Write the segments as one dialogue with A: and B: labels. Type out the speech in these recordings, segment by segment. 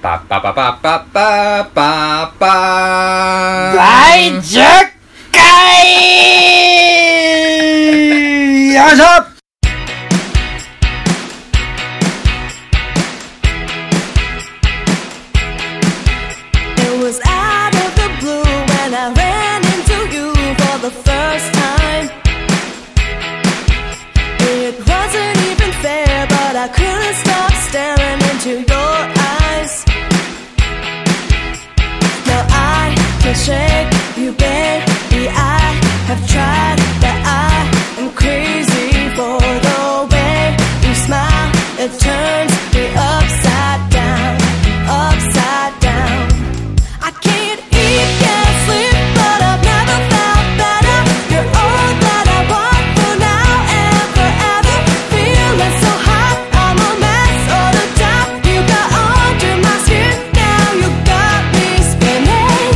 A: パッパパパッパッパッパッパーン
B: 第10回よいしょ
C: It was out of the blue when I ran into you for the first time. It wasn't even fair, but I couldn't stop staring into your eyes. Now I can shake you, baby. I have tried that I am crazy for the way you smile. It turns me upside down, upside down. I can't eat, can't sleep, but I've never felt better. You're all that I want for now and forever. Feeling so hot, I'm a mess on the top. You got under my skin, now you got me spinning.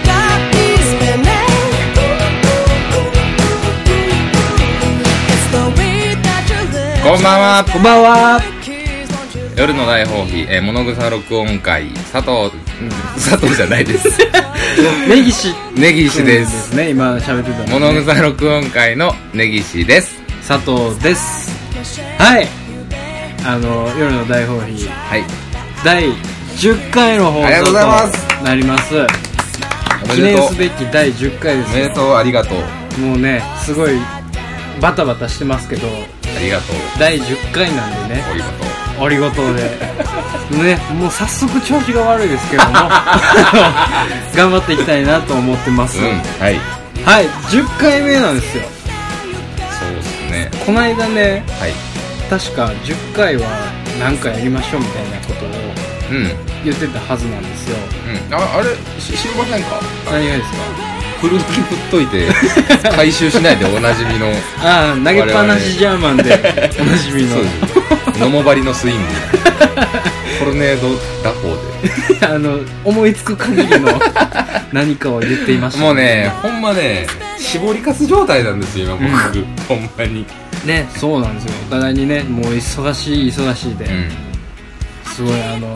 C: Got me spinning. It's the way that you live.
A: こんばんは
B: こんばんは
A: 夜の大放棄、えー、物草録音会、佐藤、ん佐藤じゃないです。
B: 根岸
A: 根岸です。
B: ね、今喋ってたの
A: 物草録音会の根岸です。
B: 佐藤ですはいあの夜の大放棄
A: はい。
B: 第10回の放
A: ありがとうご
B: 送
A: ざいます
B: となります
A: おめ
B: 記
A: で
B: 念
A: とう
B: す。べき第10回で
A: おめですとう、ありがとう。
B: もうねすごいバタバタしてますけど
A: ありがとう。
B: 第10回なんでね
A: おりがとう。
B: ありがとうでねもう早速調子が悪いですけど も頑張っていきたいなと思ってます、
A: うん、はい。
B: はい10回目なんですよ
A: そうですね。
B: この間ね
A: はい。
B: 確か10回は何かやりましょうみたいなことを
A: うん。うん。
B: 言ってたはずなんですよ
A: あ、あれ、し知りませんか
B: 何がですか
A: 古着振っといて、回収しないでおなじみの、
B: ああ投げっぱなしジャーマンでおなじみの
A: そうです。のもばりのスイング。トルネード打法で。
B: あの思いつく限りの何かを言っていました
A: もうね、ほんまね、絞りかす状態なんですよ、今僕。ほんまに。
B: ねそうなんですよお互いにねもう忙しい忙しいで、
A: うん。
B: すごいあの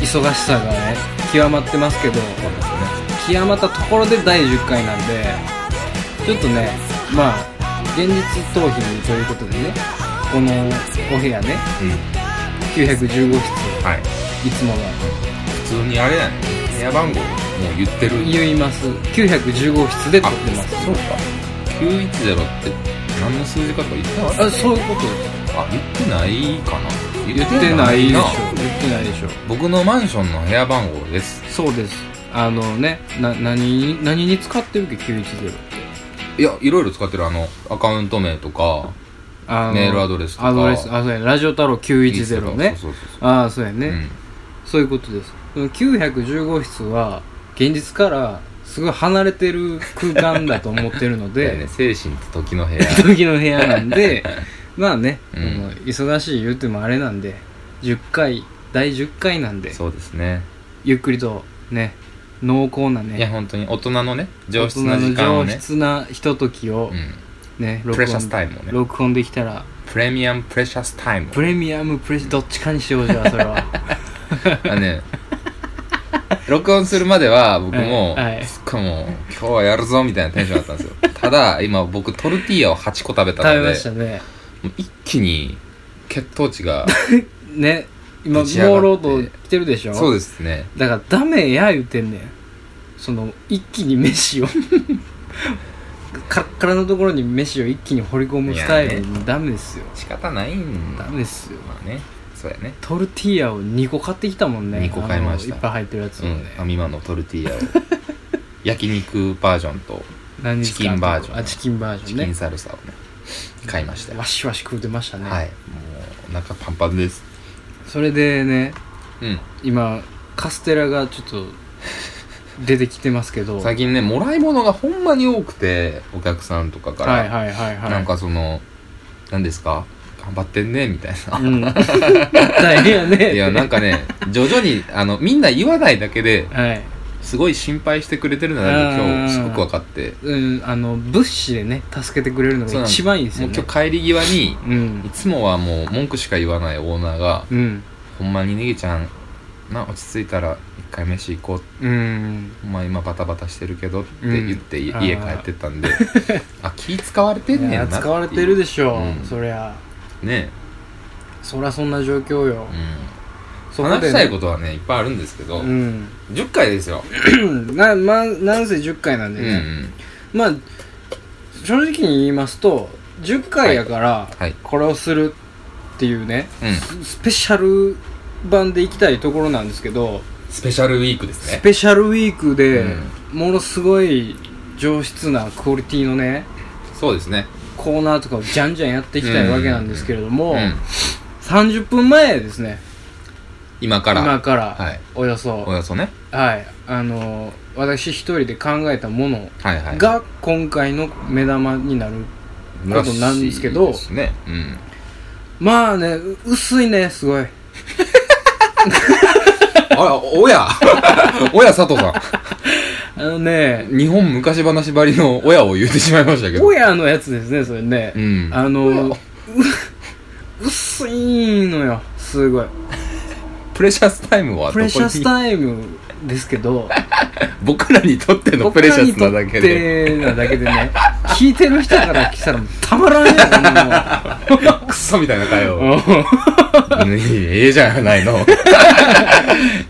B: 忙しさがね極まってますけど極まったところで第10回なんでちょっとねまあ現実逃避ということでねこのお部屋ね
A: うん。
B: 915室
A: はい。
B: いつもは
A: 普通にあれやね。部屋番号もう言ってる。
B: 言います915室で撮
A: あ
B: ってます
A: そうか。910って何の数字かとか言ってなかった
B: あそういうことです
A: あ、言ってないかな
B: 言ってないでしょ
A: な
B: 言ってないでしょ
A: 僕のマンションの部屋番号です。
B: そうですあのねな何に何に使ってるっけ910って
A: いや、いろいろ使ってる、あの、アカウント名とか、
B: あの
A: メールアドレスとか
B: アドレスあそうやラジオ太郎910ね
A: そうそうそう
B: ああそうやね、
A: そう。うん。
B: そういうことですこの915室は現実からすごい離れてる空間だと思ってるの
A: で、
B: で
A: ね、精神と時の部 屋。
B: 時の部屋なん でまあね、
A: うん
B: あの忙しい言うてもあれなんで10回第10回なんで
A: そうですね。
B: ゆっくりとね濃厚ない
A: や、
B: ね
A: 本当に大人のね、上
B: 大
A: 質
B: 人
A: な時
B: の
A: 間を
B: 上
A: ね。
B: 質なひとときを
A: うん。
B: ね、
A: プレシャ
B: 音
A: スタイムをね。
B: 録音できたら
A: プレミアムプレシャスタイム。
B: プレミアムプレスどっちかにしようじゃあそれは
A: あね、 録音するまでは僕も、
B: はいはい
A: すっごいもう、今日はやるぞみたいなテンションだったんですよ。 ただ、今僕トルティーヤを8個食べた
B: 食
A: の
B: べ
A: で、
B: ましたね
A: もう一気に血糖値 が、
B: ね今
A: ぶち上がって
B: 朦朧と来てるでしょ
A: そうですね。
B: だからダメや言うてんねんその一気に飯を カラッカラのところに飯を一気に掘り込むスタイル
A: い
B: ダメですよ
A: 仕方ないんだ
B: ダ。メですよ
A: まあね、そうやね。
B: トルティーヤを2個買ってきたもんね
A: 二個買いました
B: あのいっぱい入ってるやつ
A: う
B: も
A: ん
B: ね、、
A: ファミマのトルティーヤ を。焼肉バージョンと
B: 何
A: チキンバージョン
B: あチキンバージ
A: チ
B: ョン
A: キン
B: ね
A: サルサをね、買いましたよ
B: わ。しわし食うてましたね、
A: はい。もう、お腹パンパンです。
B: それでね
A: うん。
B: 今カステラがちょっと出てきてますけど
A: 最近ね、もらい物がほんまに多くて、お客さんとかから。
B: はいはいはいはい
A: なんかその何ですか頑張ってんねみたいな
B: う ん大変やね
A: いやなんかね徐々にあのみんな言わないだけで
B: はい
A: すごい心配してくれてるんだなって
B: あー
A: 今日すごく分かって
B: うん、あの物資でね助けてくれるの
A: そう
B: が
A: なん
B: 一番いいんですよ
A: もう
B: ね
A: 今日帰り際に
B: う
A: い
B: ん
A: つもはもう文句しか言わないオーナーが
B: うん
A: ほんまにねぎちゃんな落ち着いたら一回飯行こう
B: うん
A: ほんま今バタバタしてるけどって言って、い
B: うん
A: 家
B: あ
A: 帰
B: ー
A: ってった んであ気使われてんねんなっていう
B: 使われてるでしょ、
A: うん
B: そりゃ
A: ね
B: そりゃそんな状況よ
A: え、、うん、
B: そこでね
A: 話したいことはねいっぱいあるんですけど、
B: うん
A: 10回ですよ、
B: なまあなんせ10回なん
A: う
B: で
A: んう
B: ね、
A: ん
B: まあ正直に言いますと10回やから、
A: はい
B: これをするっていうね
A: うん、
B: スペシャル版でいきたいところなんですけど
A: スペシャルウィークです
B: ス
A: ね
B: ペシャルウィークで
A: う
B: ものすごい上質なクオリティのね
A: そうですね
B: コーナーとかをじゃんじゃんやっていきたいわけなんですけれども、
A: うん、
B: 30分前ですね
A: 今から
B: 今から、
A: はい
B: およそ
A: およそね
B: はいあの私一人で考えたもの
A: はいはい
B: が今回の目玉になることなんですけど
A: らしいですね うん
B: まあねう薄いねすごい
A: あら、おや おや佐藤さ
B: あのね
A: ん。日本昔話ばりの親を言ってしまいましたけど。
B: 親のやつですねそれね、
A: うん。
B: あのう薄いのよすごい
A: プレシャスタイムはど
B: プ
A: こ
B: レ
A: に
B: シャスタイムですけど
A: 僕らにとってのプレシャスなだけで。
B: 僕らにとってなだけでね聞いてる人から来たらもうたまらんや
A: クソみたいな会話
B: ろもう
A: うんええじゃないの。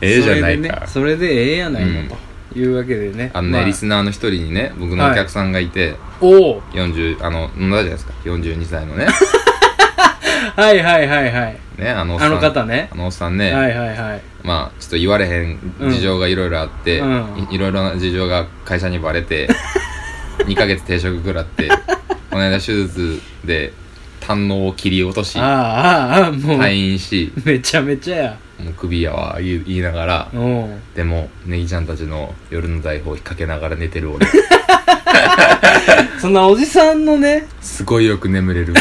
A: ええじゃないか。
B: それでねそれでええやないのというわけでね
A: あのね、
B: ま
A: リスナーの一人にね、僕のお客さんがいて、
B: おお
A: 40、あの、なんだじゃないですか、42歳 のね、
B: はいはいはいはい
A: ね、あのおっさ
B: あ
A: ん。
B: の方ね
A: あのおっさんね、
B: はいはいはい
A: まあちょっと言われへん事情がいろいろあって、
B: うんうん
A: いいろいろな事情が会社にバレて 2ヶ月定食食らって この間手術で胆のを切り落とし
B: ああああもう、
A: 退院し
B: めちゃめちゃや
A: もう首やわ言い言いながら
B: おん
A: でもネギちゃんたちの夜の台本を引っ掛けながら寝てる俺
B: そんなおじさんのね
A: すごいよく眠れる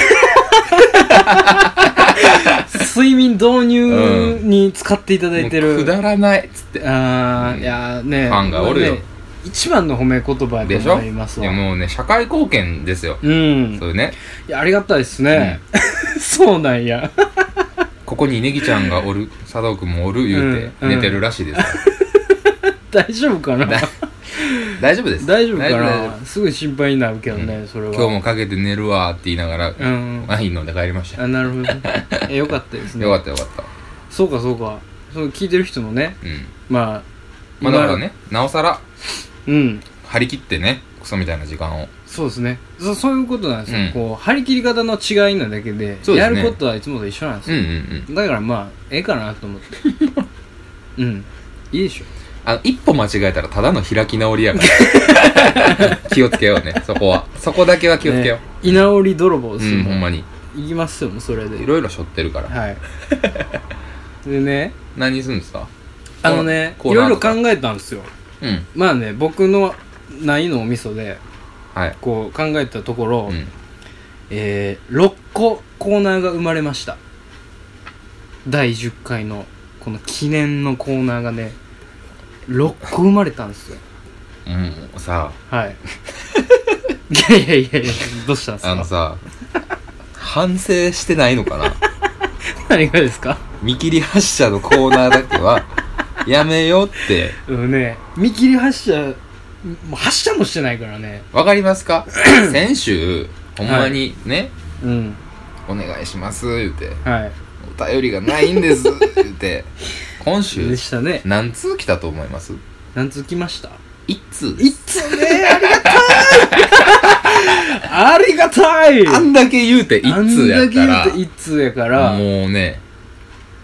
B: 睡眠導入に使っていただ
A: もう
B: いてる、
A: くだらないっつって
B: ああ
A: うん
B: いやーね
A: ファンがおるよ
B: これね一番の褒め言葉
A: で
B: で
A: しょ
B: ございます
A: い
B: わ
A: やもうね社会貢献ですよ、
B: うん
A: そういうね、
B: いやありがたいですね、 そうなんや
A: ここにネギちゃんがおる佐藤君もおる言うて
B: うんうん
A: 寝てるらしいですよ
B: 大丈夫かな
A: だ大丈夫です
B: 大丈夫か
A: 大丈夫
B: なすぐ心配になるけどね、
A: うん
B: それは
A: 今日もかけて寝るわって言いながら、
B: うん
A: ワイン飲んで帰りましたよ
B: あ なるほどえよかったですね
A: よかったよかった
B: そうかそうかそう聞いてる人のね
A: うん
B: まあ
A: まあだからねなおさら
B: 今うん
A: 張り切ってねクソみたいな時間を
B: そうですねそそういうことなんですよ、
A: うん
B: こう張り切り方の違いなだけで
A: そうで
B: や
A: すね
B: ることはいつもと一緒なんです
A: うんう
B: よ、
A: んうん
B: だからまあええかな と思ってうんいいでしょ
A: あの一歩間違えたらただの開き直りやから 気をつけようねそこはそこだけは気をつけよ
B: ね居直り泥棒
A: う、
B: ですよ、
A: うんほんまに
B: 行きますよもうそれで
A: いろいろしょってるから、
B: はいでね
A: 何するんですか
B: あのね
A: コ
B: い
A: ーナ
B: ろ
A: ー
B: い
A: と
B: ろ
A: か
B: 考えたんですよ
A: うん
B: まあね僕のないのお味噌で
A: はい
B: こう考えたところ、
A: うん
B: えー、6個コーナーが生まれました第10回のこの記念のコーナーがね6個生まれたんですよ
A: うんさ
B: はい いやいやいやいやどうしたんです
A: あの
B: か
A: さ反省してないのかな
B: 何がですか
A: 見切り発車のコーナーだけ はやめようって
B: うんね見切り発車もう発車もしてないからね
A: わかります か先週ほんまにね、
B: うん
A: お願いします言うて
B: はい
A: お便りがないんです 言うて今週
B: でしたね
A: 何通来たと思います
B: 何つきました
A: 一通です
B: いつねありがたいありがたい
A: あんだけ言うて一
B: あん
A: 通や
B: だ
A: っ
B: け言
A: た
B: う
A: ら
B: て一通やから
A: もうね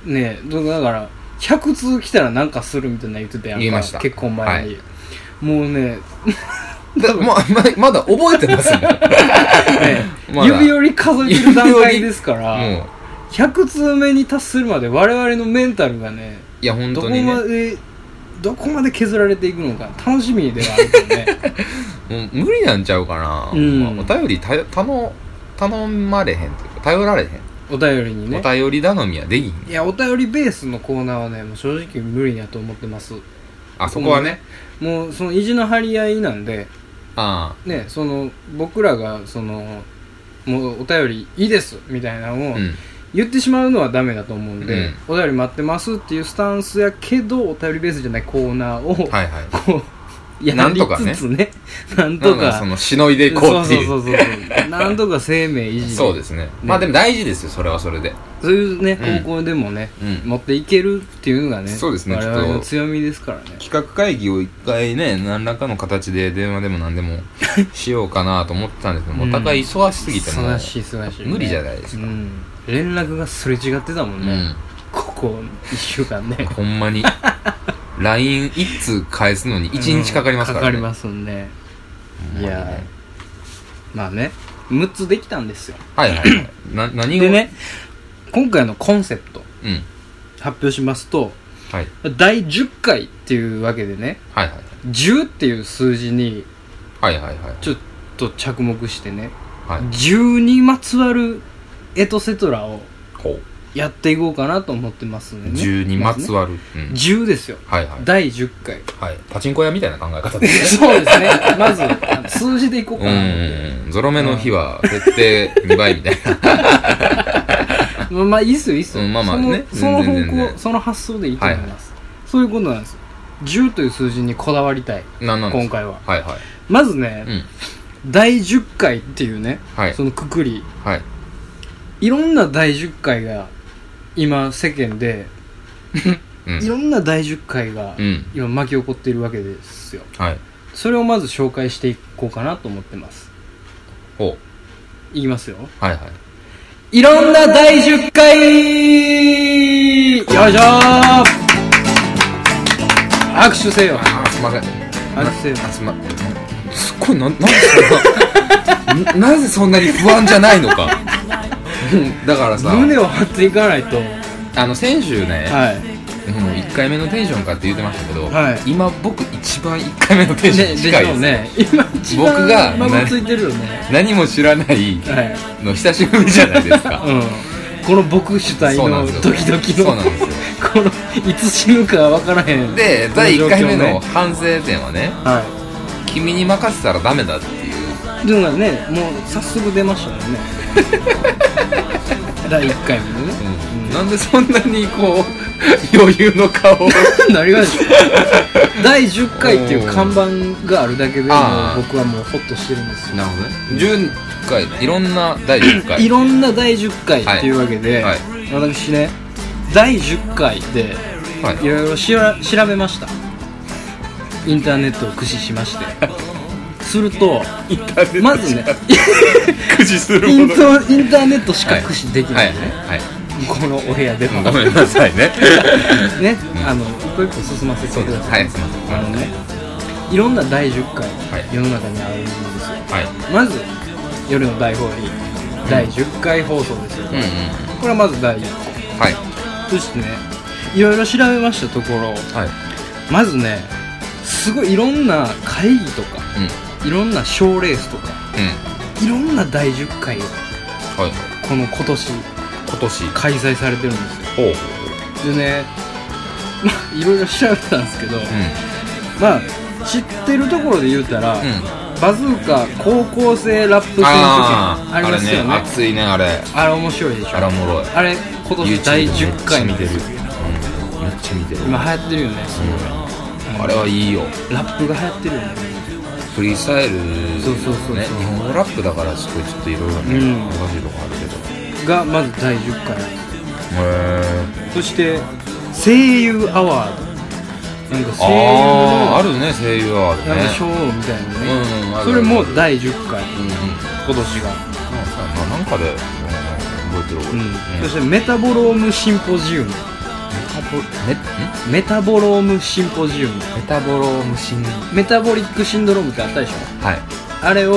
B: ねえだから100通来たらなんかするみたいな言ってたやんか
A: 言いました
B: 結婚前に、もうねね
A: だまままだ覚えて ますもんまだ
B: 指折り数えてる段階ですから
A: もう
B: 100通目に達するまで我々のメンタルがね
A: いや本
B: ど
A: 当
B: こ
A: にね
B: までどこまで削られていくのか楽しみではあるけどね
A: もう無理なんちゃうかな、
B: うん
A: お便りた頼頼まれへんというか頼られへん、
B: お便りにね
A: お便り頼みはできひん
B: いやお便りベースのコーナーはねもう正直無理やと思ってます
A: あそこはね、
B: もうその意地の張り合いなんで
A: あ
B: ねその僕らがそのもうお便りいいですみたいな
A: あ
B: のを
A: うん
B: 言ってしまうのはダメだと思うんで、
A: う
B: お便り待ってますっていうスタンスやけどお便りベースじゃないコーナーを、
A: はいはい
B: こう やりつつねなん
A: な
B: と
A: んか
B: か
A: そのしのいでいこうっていう
B: そうそうそ うそうなんとか生命維持
A: そうですねまあでも大事ですよそれはそれで
B: そういうね
A: うん
B: 方向でもね、
A: うん
B: 持っていけるっていうのがね
A: そうですね
B: 我々
A: ちょっ
B: の
A: と
B: 強みですからね
A: 企画会議を一回ね何らかの形で電話でも何で もしようかなと思ってたんですけども
B: う
A: お
B: ん
A: 互い忙しすぎてもう
B: 忙しい忙しい、
A: 無理じゃないですか
B: うん、連絡がすれ違ってたもんね、ここ1週間ね
A: うんほんまに LINE1 通返すのに1日かかります から
B: うんかかり
A: ね
B: ますんで
A: ほんまに
B: い
A: ね
B: やまあね6つできたんですよ
A: はいはいはい な何を
B: でね今回のコンセプト
A: うん
B: 発表しますと
A: はい
B: 第10回っていうわけでね
A: はいはい
B: 10っていう数字に
A: はいはいはい
B: ちょっと着目してね
A: はい
B: 10にまつわるエトセトラを
A: こう
B: やっていこうかなと思ってますんでね
A: 10にまつ
B: る
A: わる、うん
B: 10ですよ
A: はいはい、
B: 第10回
A: はい、パチンコ屋みたいな考え方 ですね
B: そうですねまずあの数字でいこうか
A: う
B: なと思って
A: んゾロ目の日は設定2倍みたいな
B: まあまあいいっすよいいっすよ、
A: うんまあまあね
B: そのその
A: 全然
B: 方
A: 全
B: 向
A: 然
B: その発想でいいと思います、そういうことなんです10という数字にこだわりたい
A: なんなんです
B: 今
A: か
B: 回は
A: はいはい
B: まずね
A: う、ん
B: 第10回っていうね、
A: はい
B: そのくくり
A: はい
B: いろんな第10回が今世間で
A: う
B: い
A: ん
B: ろんな第10回が
A: うん
B: 今巻き起こっているわけですよ
A: はい
B: それをまず紹介していこうかなと思ってます
A: ほ
B: いきますよ
A: うはいはい
B: いろんな第10回よいしょー拍手せよ
A: あーすいません
B: 拍手せよ
A: あすいませんすっごいななんでそ んなななぜそんなに不安じゃないの かうんだからさ
B: 胸を張っていかないと
A: あの先週ね、
B: はい
A: もう1回目のテンションかって言ってましたけど、
B: はい
A: 今僕一番1回目のテ
B: で
A: ンション
B: で
A: に
B: し
A: 近いで
B: ょ
A: す、
B: うね今一番
A: 僕が
B: 孫ついてるよね
A: 何も知らない
B: はい
A: の久しぶりじゃないですか、
B: うんこの僕主体
A: そうな
B: の
A: んですよ
B: ドキドキの
A: そうなんですよ
B: このいつ死ぬか分からへん
A: で
B: この
A: 第
B: 状
A: 1
B: 況
A: 回目の
B: ね
A: 反省点はね
B: は
A: 君に任せたらダメだっていう
B: いでもねもう早速出ましたよ ね第1回目でね
A: なんでそんなにこう 余裕の顔を
B: なりました第10回っていう看板があるだけでもう
A: あー
B: 僕はもうホッとしてるんですよ
A: なるほどね10回いろんな第10回
B: いろんな第10回っていうわけで、
A: はい
B: 私ね第10回で
A: はい
B: いろいろしら調べましたインターネットを駆使しましてするとまずね
A: 9時す
B: イン
A: の
B: タインターネットしか駆使できない、ね
A: はいはい
B: このお部屋でも
A: ごめんなさ いね
B: ね、あの一歩一歩進ませ
A: そ
B: て
A: う
B: く
A: で
B: だ
A: す
B: さ、
A: はいいすいません
B: あのねいろんな第10回、
A: はい
B: 世の中にあるんですよ
A: はい
B: まず夜の大放棄第10回放送ですよ、
A: うんうん
B: これはまず第1個
A: はい
B: そしてねいろいろ調べましたところ
A: はい
B: まずねすごいいろんな会議とか
A: うん
B: いろんな賞レースとか
A: うん
B: いろんな第10回を
A: はい
B: この今年
A: 今年
B: 開催されてるんです
A: ほう
B: よでねまあいろいろ調べたんですけど、まあ知ってるところで言うたら、
A: うん
B: バズーカ高校生ラップ選手権
A: あ
B: あ
A: ああ
B: り
A: れ
B: ます
A: ね
B: よねあ
A: 熱いねあれ
B: れ面白いでしょ
A: あれおもろい
B: あれ今年
A: YouTube
B: 第10回
A: め
B: の
A: っちゃ見てるうんめっちゃ見てる
B: 今流行ってるよね
A: うんあれはいいよ
B: ラップが流行ってるよね
A: フリースタイルね
B: そうそうそうそう
A: 日本語ラップだからすごいちょっといろいろね
B: うん
A: 難しいとこあるけど
B: がまず第10回
A: へえ
B: そして声優アワードなんか声
A: あ
B: 優
A: あ
B: の
A: あるね声優はあるね
B: なんか賞みたいなね、
A: うんうんある
B: それも第10回
A: うんうん
B: 今年が、
A: まあなんかでうん覚えてる覚えて
B: う
A: る
B: ん
A: うん
B: そしてメタボロームシンポジウム
A: メ
B: メタボロームシンポジウム
A: んメタボロ無心
B: メタボリックシンドロームってあったでしょ
A: はい
B: あれを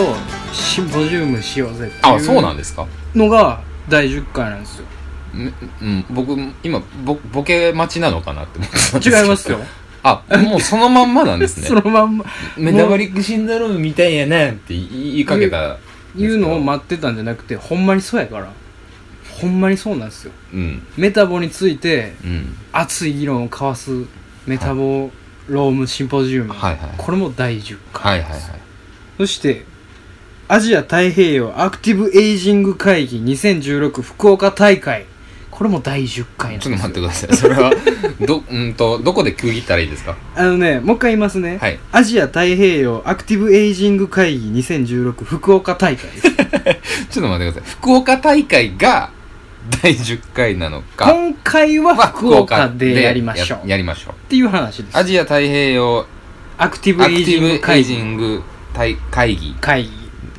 B: シンポジウムしようぜってい
A: あそうなん
B: う
A: ですか
B: のが第10回なんですよ
A: ねうん僕今ボボケ待ちなのかなって思ってたんですけど
B: 違いますよ
A: あもうそのまんまなんです
B: そ
A: ね
B: のまんま
A: メタボリックシンドロームみたいやねんって言い言いかけた
B: 言うのを待ってたんじゃなくてほんまにそうやからほんまにそうなんですよ
A: うん
B: メタボについて
A: うん
B: 熱い議論を交わすメタボロームシンポジウム、
A: はいはい
B: これも第10
A: は
B: 回、
A: いはいはい
B: そしてアジア太平洋アクティブエイジング会議2016福岡大会これも第10回なんです
A: ちょっと待ってくださいそれはどうんとどこで区切ったらいいですか
B: あのねもう一回言いますね、
A: はい
B: アジア太平洋アクティブエイジング会議2016福岡大会です
A: ちょっと待ってください福岡大会が第10回なのか
B: 今回は
A: まあ
B: 福岡でやりましょう
A: や
B: っ
A: やりましょう
B: ていう話です
A: アジア太平洋
B: アクティブ
A: アク
B: エ
A: テ
B: イジ
A: ィ
B: ング
A: ブエ
B: 会
A: イジ
B: 議
A: ング大会議
B: 会議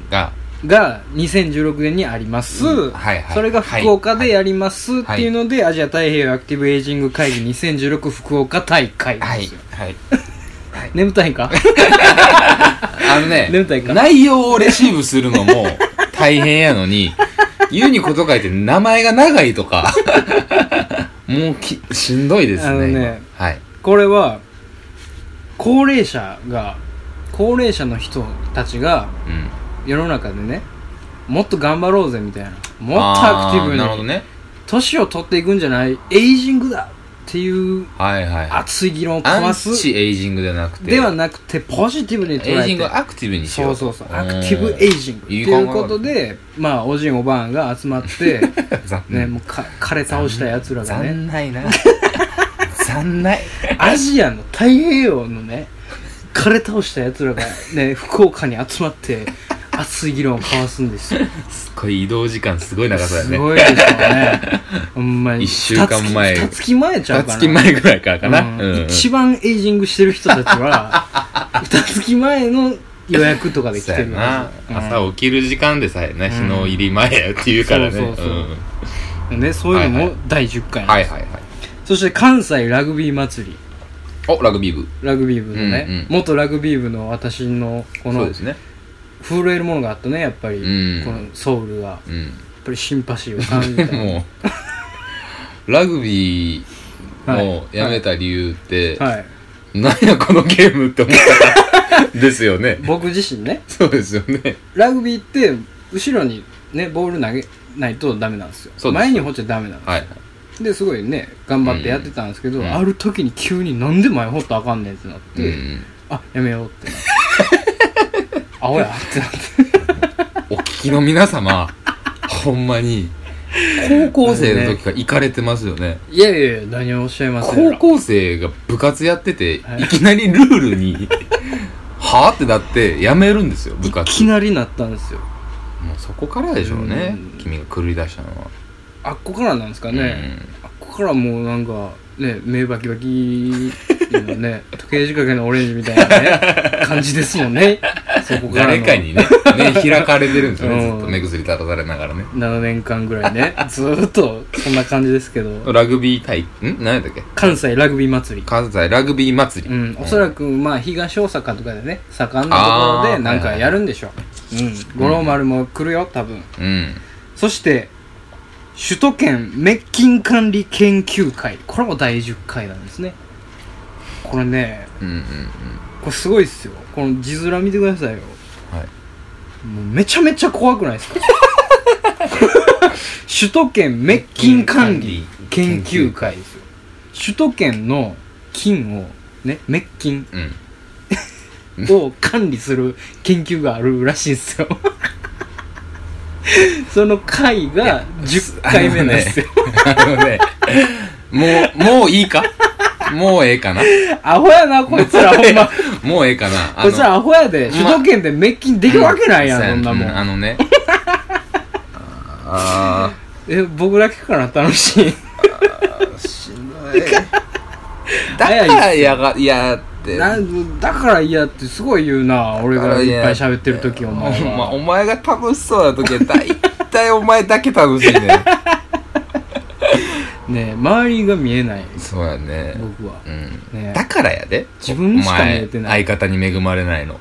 A: が
B: が2016年にあります、
A: うんはいはい
B: それが福岡でやりますっ
A: はい
B: ていうので、アジア太平洋アクティブエイジング会議2016福岡大会なん
A: は
B: で
A: い
B: すよ、
A: はい
B: 眠た いか
A: あのね
B: 眠たいか
A: 内容をレシーブするのも大変やのに言うにこと書いて名前が長いと かもうきしんどいです
B: あの
A: ね
B: ね
A: 今はい
B: これは高齢者が高齢者の人たちが
A: うん
B: 世の中でねもっと頑張ろうぜみたいなもっとア
A: あ
B: クティ
A: ーなる
B: ブ
A: ほど
B: に
A: ね
B: 年を取っていくんじゃないエイジングだっていう
A: はいはいはい
B: 熱い議論を交
A: ア
B: わ
A: ン
B: す
A: チエイジングではなくて
B: ではなくてポジティブに捉えて
A: エイジングをアクティブにしよ
B: そううそうそう
A: と
B: アクティブエイジング
A: ん
B: ということでまあおじいおばあんが集まって
A: 残
B: ね
A: 念
B: もうか枯れ倒したやつらがね
A: 残ない な残ない
B: アジアの太平洋のね枯れ倒したやつらがね福岡に集まって熱い議論を交わすんですよ
A: すごい移動時間すごい長さだね
B: すごいでしょうねほんまに
A: 一週間前
B: 2月前ちゃうかな
A: 月前ぐらいからかな、
B: うん
A: うんうん
B: 一番エイジングしてる人たちは 2月前の予約とかで来
A: そ
B: て
A: う
B: る
A: や
B: んです
A: な、
B: ようん
A: 朝起きる時間でさえね、
B: うん
A: 日の入り前やって言うからね
B: そうそうそうんね、そういうの
A: はいは
B: も第10回、
A: はいはいはい
B: そして関西ラグビー祭り
A: おラグビー部
B: ラグビー部のね、
A: うんうん
B: 元ラグビー部の私のこ
A: そう
B: の
A: ですね
B: 震えるものがあったねやっぱり、
A: うん
B: このソウルがやっ
A: う
B: ぱりシンパシーを感じた
A: ん もうラグビーを
B: はい
A: やめた理由って、
B: はい
A: なんやこのゲームって思ったんですよね
B: 僕自身ね
A: そうですよね
B: ラグビーって後ろにねボール投げないとダメなんですよ
A: そうです
B: 前に掘っちゃダメなんで
A: はい
B: すですごいね頑張ってやってたんですけど、
A: うん
B: ある時に急になんで前掘ったらあかんねんってなっ
A: う
B: て、
A: ん
B: あやめようってなって 青やってなって
A: お聞きの皆様ほんま に高校生の時から行かれてますよね
B: いやいやいや何をおっしゃいます
A: 高校生が部活やってて、
B: はい
A: い、きなりルール にはあってなってやめるんですよ部
B: い
A: 活
B: きなりなったんですよ
A: もうそこからでしょうね
B: うん
A: 君が狂い出したのは
B: あっこからなんですかね、あっこからもうなんかね目バキバキの ね時計仕掛けのオレンジみたいなね感じですもん ねそこ
A: うん
B: から
A: 誰
B: の
A: かに ね目開かれてるんですよね
B: うん
A: ずっと目薬立たされながらね
B: 7年間ぐら いねずーっとそんな感じですけど
A: ラグビー大ん何やったっけ
B: 関西ラグビー祭り
A: 関西ラグビー祭り、
B: うん、おそらくまあ東大阪とかでね盛んなところ
A: あ
B: で
A: ー
B: なんかやるんでしょう、うん、五郎丸も来るよ多分
A: うん
B: そして首都圏滅菌管理研究会これも第10回なんですねこれね
A: うんうんうん
B: これすごいっすよこの字面見てくださいよ
A: はい
B: もうめちゃめちゃ怖くない ですか首都圏滅菌管理研究会ですよ首都圏の菌をね滅菌
A: うん
B: を管理する研究があるらしいんですよ その会が10回目なんですよ、
A: あの ねもうもういいかもうええかな
B: アホやなこいつらほんま
A: もうええかなあ
B: こ
A: の
B: いつらアホやで
A: ま
B: 首都圏で滅菌できるわけないやん、
A: そう
B: そんなもん、
A: うあの ねあ
B: え僕だけかな楽しい
A: あしんどいだからやがやって
B: なんだから嫌ってすごい言うな俺がいっぱい喋ってる時お
A: お前
B: 前
A: お前
B: は
A: お前が楽しそうな時は大体 お前だけ楽しいね
B: ねえ周りが見えない
A: そうやね
B: 僕は
A: うん
B: ね
A: だからやで
B: 自分しか見えてない
A: お前相方に恵まれないの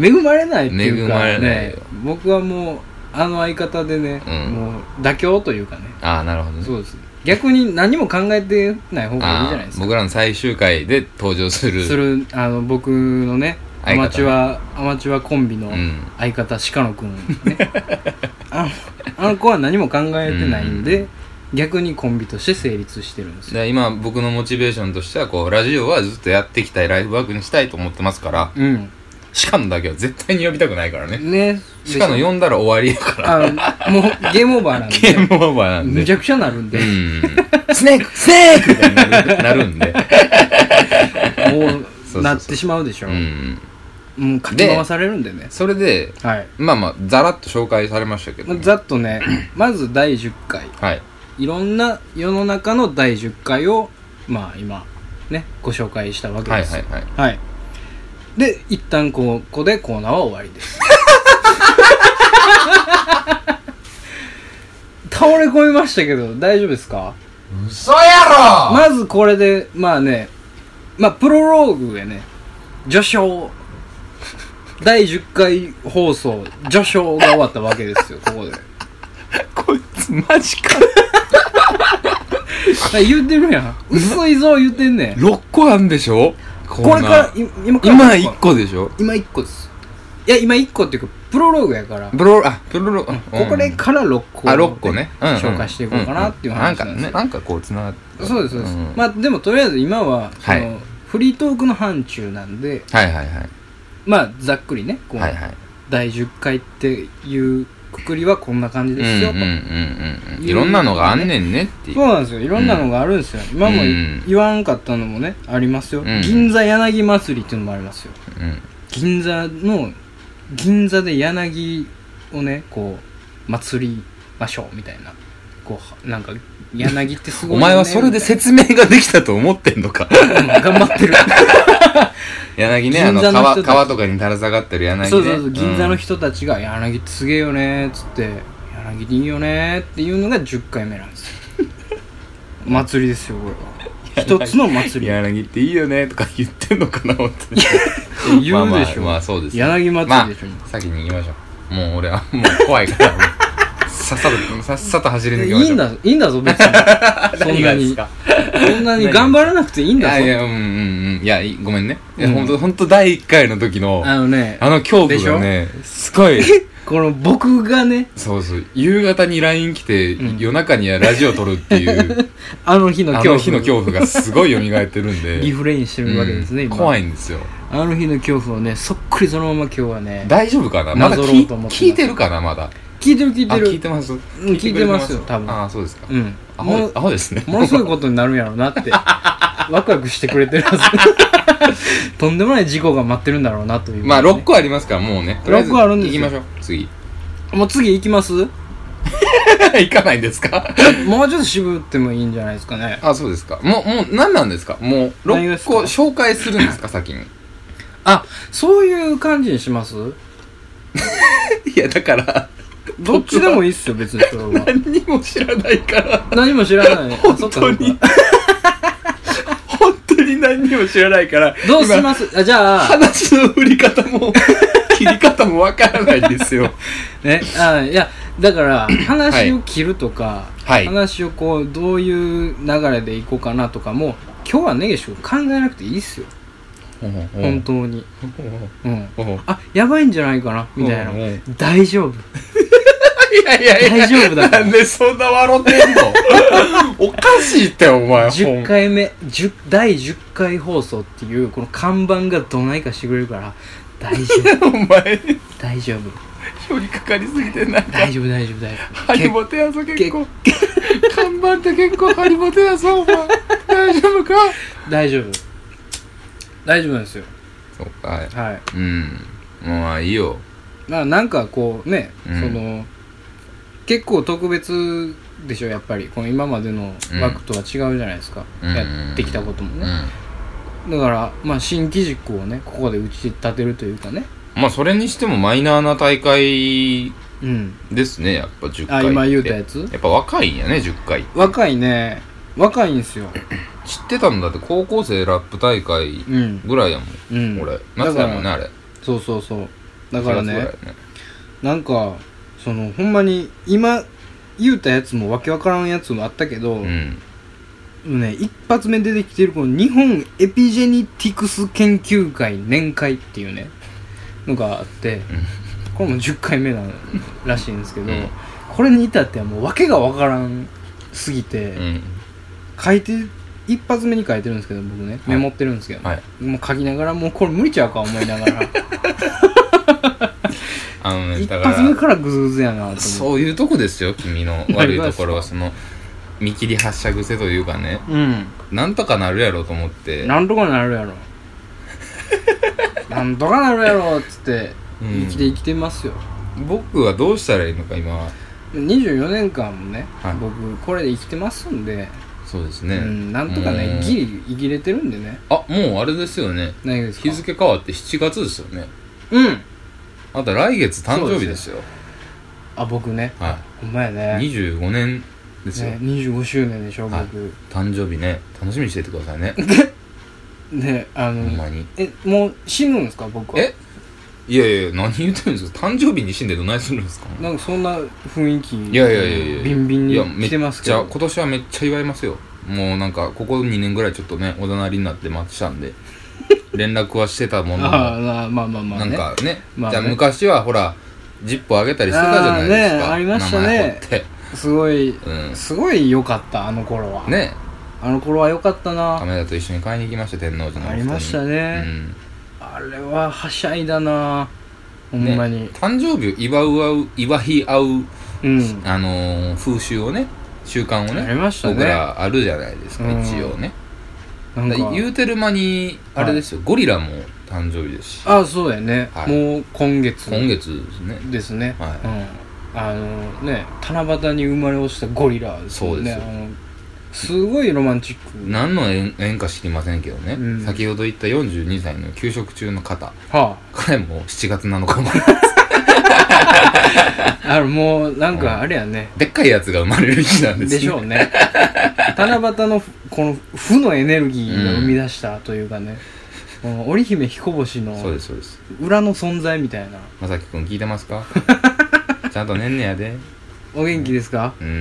B: 恵まれないっていうか
A: 恵まれない
B: ね
A: よ
B: 僕はもうあの相方でね、
A: うん
B: もう妥協というかね
A: ああなるほどね
B: そうです逆に何も考えてない方がいいじ
A: あ
B: ゃないで
A: あ
B: すか
A: 僕らの最終回で登場する
B: するあの僕のねア
A: 相方
B: マチュアアマチュアコンビの
A: うん
B: 相方、鹿野くん、ね、 あのあの子は何も考えてないんで、逆にコンビとして成立してるんですよ
A: で今僕のモチベーションとしてはこうラジオはずっとやっていきたいライフワークにしたいと思ってますから
B: うん
A: 鹿野だけは絶対に呼びたくないからね。
B: ね。
A: 鹿野呼んだら終わりやから。
B: あもうゲームオーバーなんで。
A: ゲームオーバーなん
B: むち
A: で。
B: ゃくちゃなるんで
A: う。ん。スネークスネー クみたいになるなるんで。そ
B: も
A: うそう
B: う、なってしまうでしょ。
A: う
B: も
A: ん。
B: う、かき回されるんでね。
A: それで、
B: はい。
A: まあまあ、ざらっと紹介されましたけ
B: ま
A: ど、
B: あざっ とね、まず第10回。
A: はい。
B: いろんな世の中の第10回を、まあ今、ね、ご紹介したわけ
A: はい
B: です
A: はい
B: よ。
A: はい。
B: はい。で、一旦ここでコーナーは終わり です。倒れ込みましたけど、大丈夫ですか
A: 嘘やろ
B: まずこれで、まあね、まあプロローグでね、序章、 第10回放送、序章が終わったわけですよ、ここで。
A: こいつマジか。
B: あ言ってるやん。薄いぞ、言ってんねん。
A: 6個あんでしょこ
B: これから、い今から。
A: 今1。個でしょ
B: 今1個です。いや、今1個っていうか、プロローグやから。
A: ブロあ、ブロロ、うん
B: ここでから6個
A: あ、6個ね。うんうん
B: 紹介していこうかなっていう話なん
A: ん
B: です
A: かね、
B: よ
A: なんかこう、つながって。
B: そうですそうです、
A: ん
B: まあでもとりあえず今はその、
A: はい
B: フリートークの範疇なんで
A: はいはいはい。
B: まあざっくりねこう、
A: はいはい。
B: 第10回っていうくくりはこんな感じ
A: うん
B: で
A: うん
B: すよ、
A: うんうんうん。いろんなのがあんねんねっていう。
B: そうなんですよいろんなのがあるんですよ、今も
A: うん
B: 言わんかったのもねありますよ、
A: うん
B: 銀座柳祭りっていうのもありますよ
A: うん。
B: 銀座の銀座で柳をねこう祭りましょうみたいなこうなんか柳ってすごい
A: お
B: よね
A: 前はそれで説明ができたと思ってんのか。
B: うん頑張ってる
A: 柳ね、あの、
B: 銀座の人た
A: 川、
B: ち
A: 川とかに垂れ下がってる柳ね。
B: そうそうそう銀座の
A: 人。
B: 人たちが「柳ってすげえよね」っつって「柳っていいよね」っていうのが10回目なんです よ祭りですよこれは一つの祭り
A: 柳っていいよねとか言ってんのかな、本当に。
B: 言うでし
A: ま
B: ょ、
A: あまあまあそうですね
B: 柳
A: ま
B: 祭りでしょ、
A: あ、先に行きましょう。もう俺は、もう怖いから、 もうさっさと、さっさと走り抜けましょう。
B: いいんだぞいいんだぞ別にそ ん
A: 何
B: な
A: がです
B: に
A: か
B: そんなに頑張らなくていいん
A: いや
B: だぞ
A: いや、うんうんうん。いや、いごめんね。いや、
B: うん
A: ほんと、ほんと第1回の時の、
B: あのね
A: あの恐怖がね、すごい、
B: この僕がね
A: そうそう、夕方に LINE 来て、
B: うん
A: 夜中にはラジオ撮るっていう、
B: あ の日の
A: あ
B: 恐
A: の
B: 怖
A: 日の恐怖がすごい蘇ってるんで。
B: リフレインしてるわけですね、
A: うん
B: 今
A: 怖いんですよ。
B: あの日の恐怖をねそっくりそのまま今日はね
A: 大丈夫かなまだ
B: なぞろ
A: 聞
B: うと思ってます
A: 聞いてるかなまだ。
B: 聞いてる聞い
A: あ、
B: てる
A: 聞いてます
B: 聞いてます
A: 聞いてくれ
B: よ
A: て
B: 多分
A: あ、そうですか。
B: うん
A: ア
B: も
A: ホ
B: う
A: アホですね。
B: ものすごいことになるんやろうなってワクワクしてくれてるは ずとんでもない事故が待ってるんだろうなと いう、
A: まあ、6個ありますから、もうね。とりえず
B: 六個あるんですよ
A: 行きましょう。次。
B: 個もう次行きますもう
A: 行かないんですか
B: ちょっと渋ってもいいんじゃないですかね
A: あ、そうですか。もう、もう、何なんですかもう、
B: 何が
A: 6
B: ですか
A: 個紹介するんですか、 先に。
B: あそういう感じにします
A: いや、だから、
B: どっちでもいいっすよ別にそれは
A: 何にも知らないから、
B: 何も知らないあそっかそっ
A: 本当に
B: か
A: 本当に何にも知らないから、
B: どうし
A: 今
B: ますあじゃあ
A: 話の振り方 も、切り方もわからないんですよ。
B: ねあいやだから話を切るとか、
A: はい
B: 話をこうどういう流れでいこうかなとかも今日はねげし君考えなくていいっすよ本当にうん
A: 当。
B: あやばいんじゃないかなみたいな
A: うんう
B: 大丈夫
A: いやいやいや、
B: 大丈夫だから
A: なんでそんな笑ってん のおかしいって、お前。
B: 10回目10第10回放送っていうこの看板がどないかしてくれるから大丈 夫
A: ほんお前、
B: 大丈夫
A: 寄りかかりすぎてない。
B: 大丈夫大丈夫大丈
A: ハリボテやぞ結構看板って結構ハリボテやぞお前大丈夫か
B: 夫大丈夫大丈夫なんですよ
A: そうか
B: はい
A: うんまあいいよ
B: まあなんかこうね、
A: うん
B: その結構特別でしょやっぱりこの今までの枠とは違うじゃないですか、
A: うん
B: やってきたことも
A: うん
B: ね、だからまあ新規軸をねここで打ち立てるというかね
A: まあそれにしてもマイナーな大会
B: うん
A: ですねやっぱ10
B: あ
A: 回って
B: 今言うたやつ
A: やっぱ若いんやね10回
B: 若いね若いんすよ
A: 知ってたんだって高校生ラップ大会
B: うん
A: ぐらいやもん、
B: うん
A: 俺夏やもんね
B: だから
A: あれ
B: そうそうそうだか
A: 4
B: らね
A: 月ぐらいや
B: なんかそのほんまに今言うたやつもわけわからんやつもあったけど、
A: うん
B: ね一発目出てきてるこの日本エピジェニティクス研究会年会っていうねのがあって、これも10回目なのらしいんですけど、
A: うん
B: これに至ってはもう訳がわからんすぎて、
A: うん
B: 書いて一発目に書いてるんですけど僕ねメモってるんですけど、
A: はい
B: もう書きながらもうこれ無理ちゃうか思いな がら
A: あのね
B: 一
A: だか
B: 発目
A: ら
B: からグズグズやなと思って
A: そういうとこですよ君の 悪いところは
B: 何がですか
A: その見切り発車癖というかね
B: うん
A: なんとかなるやろうと思って
B: なんとかなるやろなんとかなるやろっつって
A: うん
B: 生きて生きてますよ、
A: 僕はどうしたらいいのか今は
B: 24年間もね、
A: はい
B: 僕これで生きてますんで、
A: そうですね、
B: うん、なんとかね
A: うん
B: ギリ生きれてるんでね
A: あもうあれですよね
B: 何がですか
A: 日付変わって7月ですよね
B: うん
A: あと来月誕生日ですよ
B: あ僕ね
A: は
B: ほんまや
A: い、
B: ね
A: 25年ですよ、
B: ね25周年でしょ僕、
A: はい誕生日ね楽しみにしててくださいね
B: であ
A: ほ
B: の
A: んまに
B: えもう死ぬんですか僕は
A: えいやいや何言ってるんですか誕生日に死んでどないするんですか
B: なんかそんな雰囲気
A: いやいやいやいや
B: ビンビンに来てますけ
A: いや
B: ど
A: めっちゃ今年はめっちゃ祝いますよもうなんかここ2年ぐらいちょっとねおだなりになって待ってた んで連絡はしてたものの
B: ああまあまあまあまあ
A: な
B: ね
A: んかね,、
B: まあね
A: じゃあ昔はほらジップあげたりしてたじゃないですか
B: あーねありましたね
A: 名前彫って
B: すごい、
A: うん
B: すごい良かったあの頃は
A: ね
B: あの頃は良かったな
A: 亀田と一緒に買いに行きました天王寺のお二人に
B: ありましたね
A: うん
B: あれははしゃいだなほんまに、
A: ね誕生日を祝う合う祝い合う、
B: うん
A: あのー風習をね習慣をね
B: ありましたね
A: 僕らあるじゃないですか、
B: うん
A: 一応ね
B: なんか
A: だから言うてる間にあれですよ、ゴリラも誕生日ですし
B: あそうだよね、
A: はい
B: もう今月
A: 今月ですね
B: ですね、
A: はい
B: うん、あのね七夕に生まれ落ちたゴリラですも
A: そ
B: んね
A: うです
B: あのすごいロマンチック
A: 何の縁縁か知りませんけどね、
B: うん
A: 先ほど言った42歳の休職中の方
B: は
A: 彼も7月7日生まれ
B: ああのもうなんかあれやね、
A: でっかいやつが生まれる日なんです
B: でしょうね七夕のこの負のエネルギーが生み出したというか ね、この織姫彦星の
A: そうですそうです
B: 裏の存在みたいな
A: まさきくん聞いてます かちゃんとねんねやで
B: お元気ですか
A: うん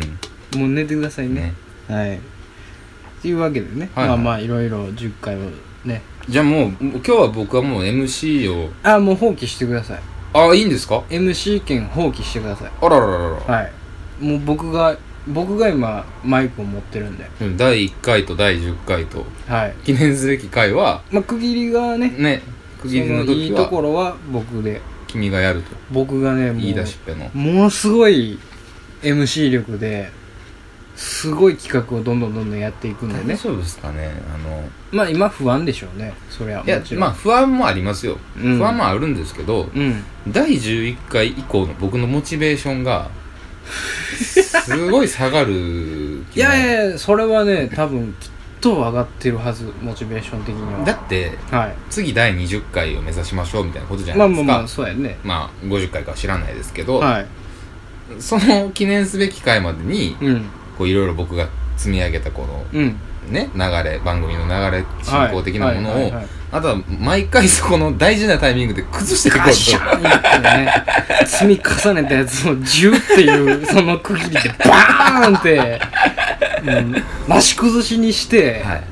B: もう寝てくださいね
A: ね
B: はいというわけでね、
A: はいはい
B: まあまあいろいろ10回をね
A: じゃあもう今日は僕はもう MC を
B: あもう放棄してください
A: あいいんですか
B: MC 権放棄してください
A: あららららら、
B: はいもう僕が僕が今マイクを持ってるんで
A: でも第1回と第10回と
B: はい
A: 記念すべき回は
B: まあ区切りがね
A: ね区
B: そ
A: 切り
B: の
A: の
B: い
A: 時
B: いとこ
A: は
B: ろは僕で
A: 君がやると
B: 僕がねもう
A: 言い出しっぺの
B: ものすごい MC 力ですごい企画をどんどんどんどんやっていくんで
A: 大
B: ね
A: 丈夫ですかねあの
B: まあ今不安でしょうねそりゃも
A: いや
B: ちろん
A: まあ不安もありますよ、
B: うん
A: 不安もあるんですけど
B: うん
A: 第11回以降の僕のモチベーションがすごい下がる
B: い
A: 気が
B: やいやいやそれはね多分きっと上がってるはずモチベーション的には
A: だって
B: はい
A: 次第20回を目指しましょうみたいなことじゃな
B: まあ
A: いです
B: ま
A: か
B: あまあそうやね
A: まあ50回かは知らないですけど、
B: はい
A: その記念すべき回までに
B: うん
A: こういろいろ僕が積み上げたこの
B: うん
A: ね流れ番組の流れ進行的なものを、
B: はいはいはいはい
A: あとは毎回そこの大事なタイミングで崩していこう
B: ガシャ
A: と
B: ーンってね積み重ねたやつをジュっていうその区切りでバーンって、 うん、なし崩しにして、
A: はい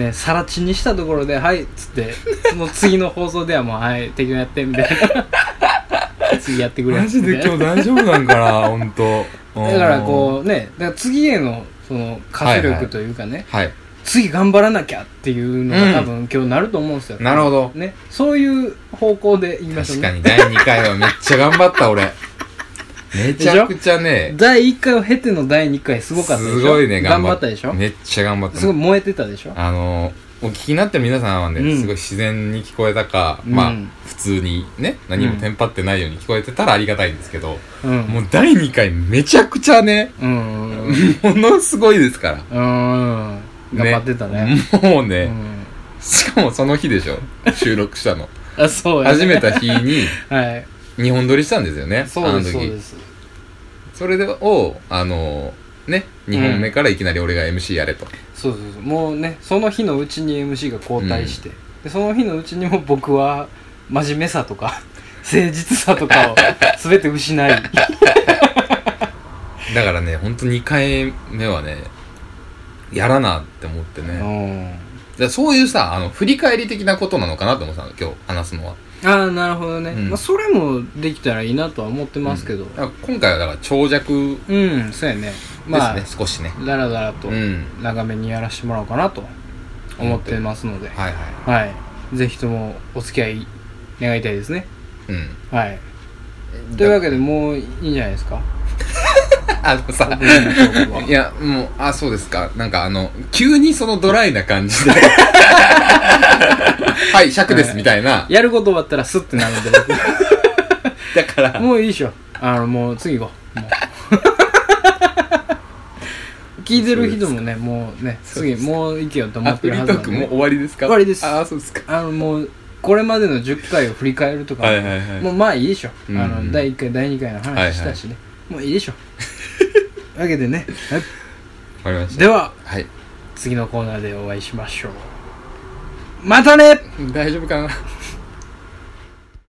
B: ね、さらちにしたところで「はい」っつってその次の放送ではもう「はい敵をやって」みたいな 次やってくれ
A: マジで
B: みた
A: 今
B: い
A: 日
B: な
A: 大丈夫なんかな本当
B: だからこうねだから次へのその活
A: はいは
B: 力
A: い
B: というかね、
A: うんはい
B: 次頑張らなきゃっていうのが多分、
A: う
B: 今日なると思うんですよ
A: なるほど
B: ね、そういう方向で言いましょう
A: 確
B: ね
A: かに第2回はめっちゃ頑張った俺めちゃくちゃね
B: 第1回を経ての第2回すごかったでしょ
A: すごいね
B: 頑
A: 頑
B: 張
A: 張
B: ったでしょ
A: めっちゃ頑張った
B: すごい燃えてたでしょ
A: あのお聞きになってる皆さんはね、
B: うん
A: すごい自然に聞こえたか、
B: うん
A: まあ普通にね何もテンパってないように聞こえてたらありがたいんですけど、
B: うん
A: もう第2回めちゃくちゃね
B: うんうんうん
A: ものすごいですから、
B: 頑張ってたね
A: もうね、
B: うん
A: しかもその日でしょ収録した の
B: あそうやね
A: 始めた日に
B: はい
A: 2本撮りしたんですよね
B: そうです
A: あ
B: そ
A: の
B: う
A: 時
B: です
A: それをあのね2本目からいきなり俺が MC やれと、
B: そうそうそうもうねその日のうちに MC が交代してでその日のうちにも僕は真面目さとか 誠実さ とかを全て失い
A: だからねほんと2回目はねやらなって思ってね、
B: うん
A: だからそういうさ、あの、振り返り的なことなのかなと思ってたの、今日話すのは。
B: ああなるほどね
A: うん
B: まあそれもできたらいいなとは思ってますけど
A: だから今回はだから長尺
B: うんそうやねまあ、
A: ですね少しね
B: だらだらと
A: うん
B: 長めにやらせてもらおうかなと思ってますので、
A: はいは
B: はい、ぜひともお付き合い願いたいですね。
A: いうん
B: はい、というわけでもういいんじゃないですか。
A: あのさいやもうあそうですかなんかあの急にそのドライな感 じではい尺ですみたいな、
B: やること終わったらスッてなるんで
A: だから
B: 僕、もういいでしょ。あのもう次行こ う。もう聞いてる人もね、もうね、
A: そうで
B: 次
A: すか
B: もう行けよと思
A: ア
B: って
A: プ
B: る
A: リ
B: は
A: ト
B: ずな
A: ー
B: ん
A: ク
B: で
A: もう
B: ね、
A: 終わりですか
B: 終わりです
A: ああそうですか
B: あのもうこれまでの10回を振り返るとか、
A: はいはいはい
B: もうまあいいでしょ。あ
A: うん
B: の第1回第2回の話したし ね、もういいでしょ。わけでね、はい
A: わかりました
B: では
A: はい
B: 次のコーナーでお会いしましょう。またね
A: 大丈夫かな